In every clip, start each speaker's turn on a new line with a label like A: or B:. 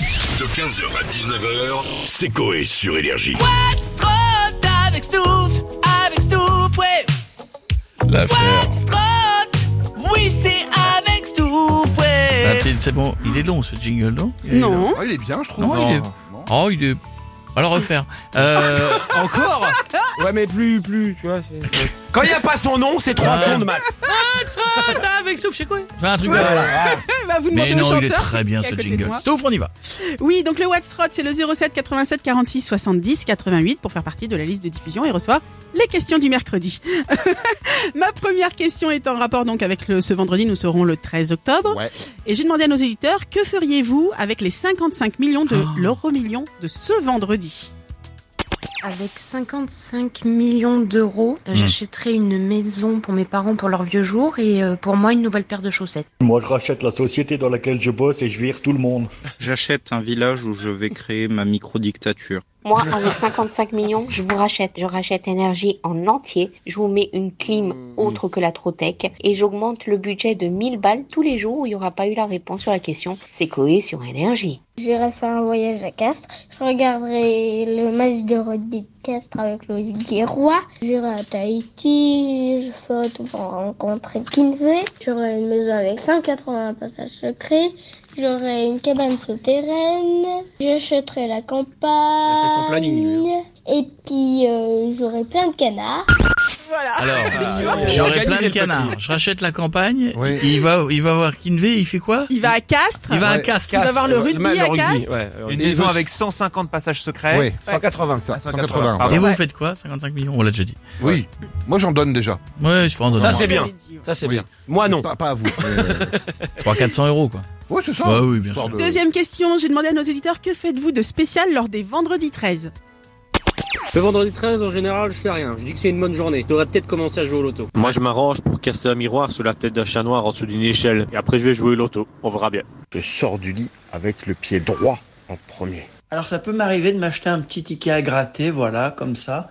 A: De 15h à 19h, c'est Coé sur Énergie.
B: What's trot avec Stouff, avec Stouff, ouais.
C: L'affaire.
B: What's trot, oui c'est avec Stouff, ouais.
C: Mathilde, c'est bon. Il est long ce jingle, non
D: Non.
E: Oh, il est bien, je trouve.
C: Non, il est. Oh, il est. On va le refaire. Euh,
F: Encore
G: Ouais, mais plus, plus, tu vois. c'est- Quand il n'y a pas son nom, c'est 3
C: Ouais.
G: secondes max.
D: Ah,
C: fais euh, un truc.
D: Bah, vous demandez
C: Mais non,
D: au chanteur.
C: il est très bien
D: qui est à
C: ce
D: côté de
C: jingle.
D: moi.
C: Sauf on y va.
D: Oui, donc le What's Trot, c'est le 07 87 46 70 88 pour faire partie de la liste de diffusion et recevoir les questions du mercredi. Ma première question est en rapport donc avec le, ce vendredi, nous serons le 13 octobre.
E: Ouais.
D: Et j'ai demandé à nos éditeurs, que feriez-vous avec les 55 millions de
C: Oh.
D: l'euro million de ce vendredi
H: Avec 55 millions d'euros, euh, j'achèterais une maison pour mes parents pour leur vieux jour et euh, pour moi une nouvelle paire de chaussettes.
I: Moi, je rachète la société dans laquelle je bosse et je vire tout le monde.
J: J'achète un village où je vais créer ma micro-dictature.
K: Moi, avec 55 millions, je vous rachète. Je rachète énergie en entier. Je vous mets une clim autre que la Trotec. Et j'augmente le budget de 1000 balles tous les jours où il n'y aura pas eu la réponse sur la question. C'est Coé sur énergie.
H: J'irai faire un voyage à Castres. Je regarderai le match de rugby de Castres avec le Guerrois. J'irai à Tahiti. Je ferai tout pour rencontrer Kinvey. J'aurai une maison avec 180 passages secrets. J'aurai une cabane souterraine. J'achèterai la campagne.
G: fait son planning, lui, hein.
H: Et puis, euh, j'aurai plein de canards.
D: Voilà.
C: Alors,
G: Ah,
C: j'aurais
G: organiser
C: plein de
G: le
C: canards.
G: petit.
C: Je rachète la campagne.
E: Oui.
C: Il va, il va voir Kinvey. Il fait quoi
D: Il va à Castres.
C: Il va à
E: Ouais.
C: Castres.
D: va voir le rugby à Castres.
G: ouais, le rugby. Ah,
E: Une maison avec
F: 150 passages secrets.
E: Ouais,
D: Ouais.
G: 180.
E: c'est ça,
F: 180.
E: 180.
C: Et
E: voilà.
C: vous,
D: Ouais.
C: vous faites quoi 55 millions On l'a déjà dit.
E: Oui. Moi, j'en donne déjà.
C: Ouais, je prends en
G: Ça,
C: donnant
G: c'est bien.
D: Vous l'avez dit, ouais.
G: Ça, c'est
E: Oui.
G: bien. Moi, non.
E: Pas, pas à vous. mais, euh,
C: 3 400 euros, quoi.
E: Ouais, c'est ça.
C: Bah oui, bien
E: Histoire de-
D: Deuxième question, j'ai demandé à nos auditeurs, que faites-vous de spécial lors des vendredis 13
I: Le vendredi 13, en général, je fais rien. Je dis que c'est une bonne journée. Je devrais peut-être commencer à jouer au loto.
J: Moi, je m'arrange pour casser un miroir sous la tête d'un chat noir en dessous d'une échelle. Et après, je vais jouer l'auto. On verra bien.
I: Je sors du lit avec le pied droit en premier.
F: Alors ça peut m'arriver de m'acheter un petit ticket à gratter, voilà, comme ça,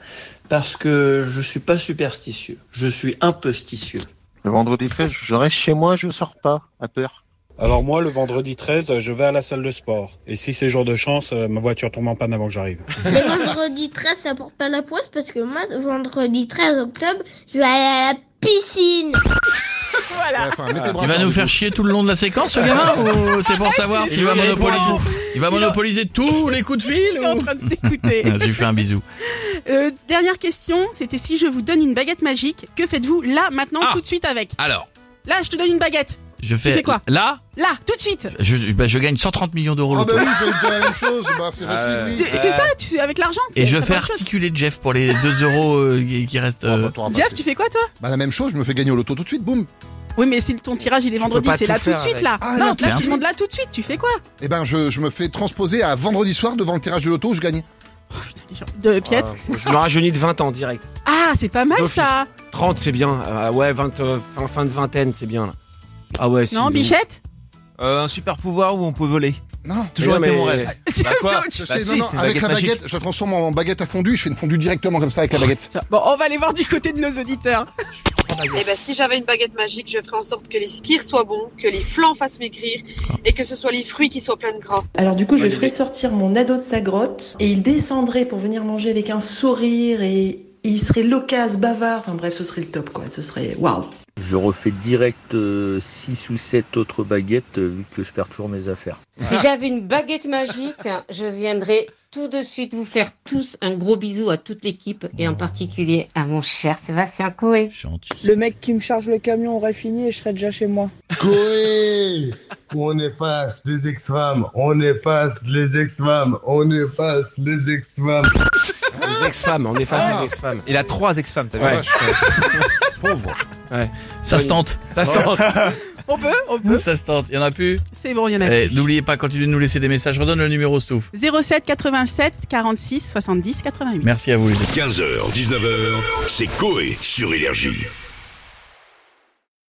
F: parce que je suis pas superstitieux. Je suis impostitieux.
J: Le vendredi 13, je reste chez moi, je sors pas, à peur.
I: Alors moi, le vendredi 13, je vais à la salle de sport. Et si c'est jour de chance, ma voiture tombe en panne avant que j'arrive.
H: Le vendredi 13, ça porte pas la poisse parce que moi, vendredi 13 octobre, je vais aller à la piscine.
E: Ouais, enfin, mets tes bras
C: Il va
E: sur
C: nous
E: le
C: faire
E: dos.
C: chier tout le long de la séquence, ce gamin Ou c'est pour savoir s'il va
G: Il est
C: monopoliser
G: bon.
C: Il va monopoliser tous les coups de fil
D: Il est en
C: ou...
D: train de t'écouter.
C: Ah, J'ai fait un bisou.
D: Euh, dernière question, c'était si je vous donne une baguette magique, que faites-vous là, maintenant,
C: Ah.
D: tout de suite avec
C: Alors,
D: Là, je te donne une baguette.
C: je fais.
D: fais quoi
C: Là,
D: Là, tout de suite.
C: je, je- bah, je gagne 130 millions d'euros.
E: Ah,
C: loto.
E: bah oui, j'allais dire la même chose. Bah, c'est facile,
F: ouais.
E: oui.
D: Tu- Euh,
G: Euh.
D: C'est ça, tu fais avec l'argent. tu
C: Et
D: sais,
C: je
D: t'as
C: fais
D: pas autre chose.
C: articuler Jeff pour les 2 euros euh, qui qui restent.
E: Ah,
C: euh,
E: bah, t'auras pas
D: Jeff,
E: fait.
D: tu fais quoi toi
E: Bah, la même chose, je me fais gagner au loto tout de suite, boum.
D: Oui, mais si ton tirage il est vendredi,
G: peux pas
D: c'est
G: tout
D: là tout de
G: faire
D: suite
G: avec.
D: là.
E: Ah,
D: non,
E: là,
D: là,
E: tout de
D: je te
E: suite.
D: demande là tout de suite, tu fais quoi
E: Eh ben, je, je me fais transposer à vendredi soir devant le tirage du loto, je gagne.
D: Oh, Putain, les gens. De Pietre.
G: Ah, je me rajeunis de 20 ans direct.
D: Ah, c'est pas mal ça.
G: 30, c'est bien. Ah ouais, 20, euh, fin, fin de vingtaine, c'est bien là. Ah ouais, si,
D: Non,
G: de ouf.
D: Bichette
F: un super pouvoir où on peut voler.
E: Non.
F: Toujours
G: Mais
F: été
G: non,
F: mon
G: mais-
F: rêve.
D: Tu
F: Bah
D: veux
F: quoi
D: autre chose
E: Je sais,
F: si,
E: non, non,
F: c'est une
E: avec
F: baguette
E: la
F: magique.
E: baguette, je la transforme en baguette à fondue, je fais une fondue directement comme ça avec la baguette.
D: Bon, on va aller voir du côté de nos auditeurs.
K: Eh ben, si j'avais une baguette magique, je ferais en sorte que les skirs soient bons, que les flancs fassent maigrir et que ce soit les fruits qui soient pleins de gras.
B: Alors du coup, je
F: Bonne
B: ferai
F: idée.
B: sortir mon ado de sa grotte et il descendrait pour venir manger avec un sourire et et il serait loquace, bavard. Enfin bref, ce serait le top quoi. Ce serait waouh.
J: Je refais direct 6 ou 7 autres baguettes, vu que je perds toujours mes affaires.
K: Si j'avais une baguette magique, je viendrais tout de suite vous faire tous un gros bisou à toute l'équipe et en particulier à mon cher Sébastien Coé.
C: Gentil.
B: Le mec qui me charge le camion aurait fini et je serais déjà chez moi.
I: Coé On efface les ex-femmes, on efface les ex-femmes, on efface les ex-femmes.
G: Les ex-femmes, on est face
E: Ah.
G: aux ex-femmes.
F: Il a trois ex-femmes, t'as vu
E: La
G: Ouais.
E: Ah, vache, euh, Pauvre.
C: Ça se tente.
G: Ça se tente.
D: On peut, on peut.
C: Ça se tente. Il y en a plus.
D: C'est bon, il y en a.
C: Eh, N'oubliez pas, continuez de nous laisser des messages. Redonne le numéro, Stouff.
D: 07 87 46 70 88.
C: Merci à vous, les deux.
A: 15h, 19h, c'est Coé sur Énergie.